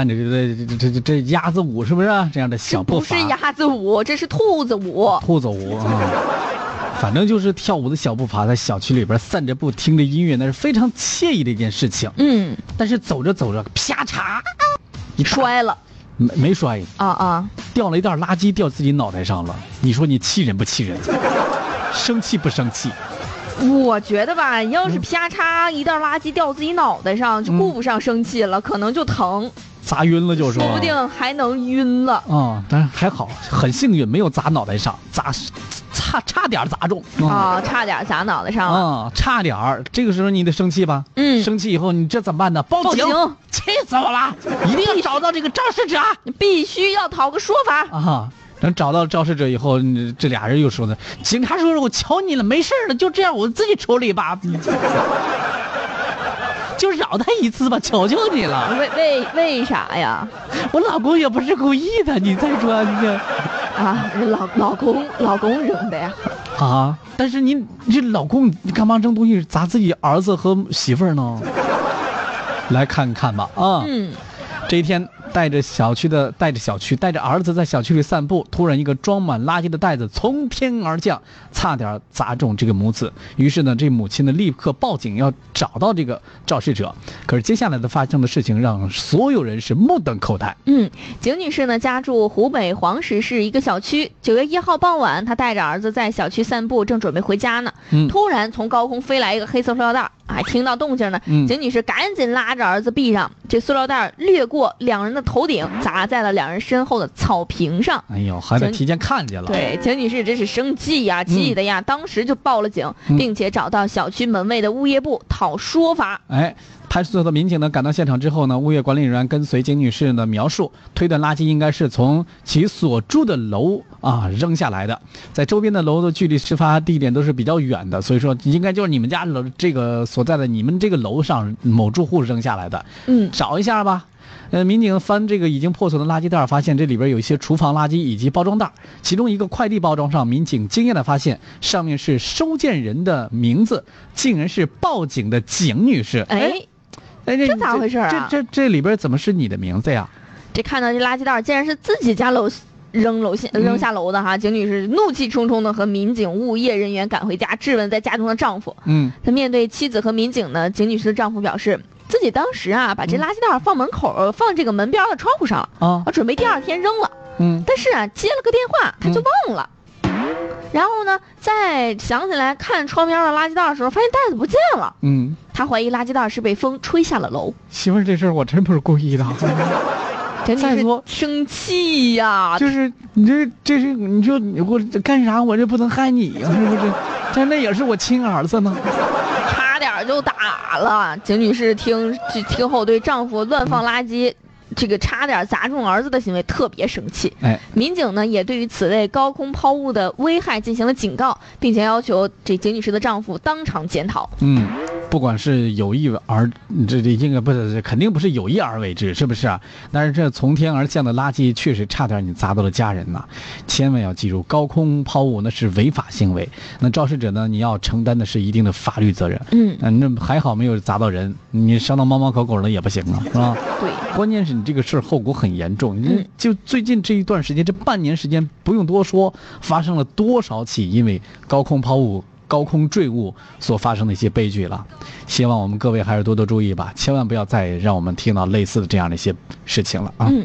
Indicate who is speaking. Speaker 1: 看这这这这这这鸭子舞是不是、啊、这样的小步
Speaker 2: 不
Speaker 1: 伐？
Speaker 2: 是鸭子舞，这是兔子舞。
Speaker 1: 兔子舞啊，反正就是跳舞的小步伐，在小区里边散着步，听着音乐，那是非常惬意的一件事情。
Speaker 2: 嗯，
Speaker 1: 但是走着走着，啪嚓，一大
Speaker 2: 摔了
Speaker 1: 没没摔，
Speaker 2: 啊啊！
Speaker 1: 掉了一袋垃圾掉自己脑袋上了。你说你气人不气人？生气不生气？
Speaker 2: 我觉得吧，你要是啪嚓一袋垃圾掉自己脑袋上，就顾不上生气了，可能就疼，
Speaker 1: 砸晕了就是。
Speaker 2: 说不定还能晕了。
Speaker 1: 啊、但是还好，很幸运，没有砸脑袋上，砸差差点砸中啊
Speaker 2: 啊，差点砸脑袋上了。
Speaker 1: 啊，差点儿。这个时候你得生气吧？
Speaker 2: 嗯
Speaker 1: 生气以后你这怎么办呢？报
Speaker 2: 报
Speaker 1: 警！
Speaker 2: 警
Speaker 1: 气死我 了！一定要找到这个肇事者啊
Speaker 2: 你必须要讨个说法。
Speaker 1: 啊！等找到肇事者以后，你这俩人又说呢：“警察叔叔，我求你了，没事儿了，就这样，我自己处理吧。 就饶他一次吧，求求你了，
Speaker 2: 为为为啥呀？
Speaker 1: 我老公也不是故意的，你再说呢。”
Speaker 2: 啊，老老公老公扔的呀。
Speaker 1: 啊！但是你这老公，你干嘛扔东西砸自己儿子和媳妇儿呢？来看看吧啊！
Speaker 2: 嗯，
Speaker 1: 这一天，带着小区的带着小区带着儿子在小区里散步，突然一个装满垃圾的袋子从天而降，差点砸中这个母子。于是呢，这母亲呢立刻报警要找到这个肇事者。可是接下来的发生的事情让所有人是目瞪口呆。
Speaker 2: 嗯，景女士呢家住湖北黄石市一个小区。九月一号傍晚，她带着儿子在小区散步，正准备回家呢，
Speaker 1: 嗯
Speaker 2: 突然从高空飞来一个黑色塑料袋儿，啊，听到动静呢，
Speaker 1: 嗯
Speaker 2: 景女士赶紧拉着儿子避让，这塑料袋儿掠过两人的头顶，砸在了两人身后的草坪上。
Speaker 1: 哎呦，还得
Speaker 2: 行
Speaker 1: 提前看见了。，
Speaker 2: 对，景女士真是生气呀，气的呀，当时就报了警，
Speaker 1: 嗯
Speaker 2: 并且找到小区门卫的物业部讨说法。
Speaker 1: 哎，派出所的民警呢赶到现场之后呢，物业管理人员根随景女士的描述，推断垃圾应该是从其所住的楼啊扔下来的，在周边的楼的距离事发地点都是比较远的，所以说应该就是你们家楼这个所在的你们这个楼上某住户扔下来的，
Speaker 2: 嗯，
Speaker 1: 找一下吧。呃，民警翻这个已经破损的垃圾袋儿，发现这里边有一些厨房垃圾以及包装袋儿，其中一个快递包装上，民警惊讶的发现上面是收件人的名字，竟然是报警的景女士。
Speaker 2: 哎，
Speaker 1: 哎，这
Speaker 2: 这咋回事儿啊
Speaker 1: 这这这里边怎么是你的名字呀？
Speaker 2: 这看到这垃圾袋儿竟然是自己家楼扔楼下
Speaker 1: 嗯
Speaker 2: 扔下楼的哈，景女士怒气冲冲的和民警、物业人员赶回家，质问在家中的丈夫。
Speaker 1: 嗯，
Speaker 2: 她面对妻子和民警呢，景女士的丈夫表示，自己当时啊把这垃圾袋儿放门口，呃放这个门边儿的窗户上了，
Speaker 1: 啊
Speaker 2: 啊，，准备第二天扔了。
Speaker 1: 嗯，
Speaker 2: 但是啊，接了个电话，他就忘了。然后呢，再想起来看窗边的垃圾袋的时候，发现袋子不见了。
Speaker 1: 嗯，
Speaker 2: 他怀疑垃圾袋是被风吹下了楼。
Speaker 1: 媳妇儿，这事儿我真不是故意的，啊
Speaker 2: 真
Speaker 1: 再
Speaker 2: 的是
Speaker 1: 说
Speaker 2: 生气呀、
Speaker 1: 就是你这这是你说我干啥，我这不能害你啊呀、是不是？但那也是我亲儿子呢。
Speaker 2: 差点就打了。景女士听这听后对丈夫乱放垃圾，这个差点砸中儿子的行为特别生气。
Speaker 1: 哎，
Speaker 2: 民警呢也对于此类高空抛物的危害进行了警告，并且要求这景女士的丈夫当场检讨。
Speaker 1: 嗯，不管是有意而这这应该不是，肯定不是有意而为之，是不是啊？但是这从天而降的垃圾确实差点你砸到了家人呐、千万要记住，高空抛物那是违法行为，那肇事者呢，你要承担的是一定的法律责任。
Speaker 2: 嗯，
Speaker 1: 嗯，那还好没有砸到人，你伤到猫猫狗狗了也不行啊，是吧？
Speaker 2: 对。
Speaker 1: 关键是你这个事儿后果很严重，你
Speaker 2: 嗯
Speaker 1: 就最近这一段时间，这半年时间不用多说，发生了多少起因为高空抛物、高空坠物所发生的一些悲剧了。希望我们各位还是多多注意吧，千万不要再让我们听到类似的这样的一些事情了啊！
Speaker 2: 嗯，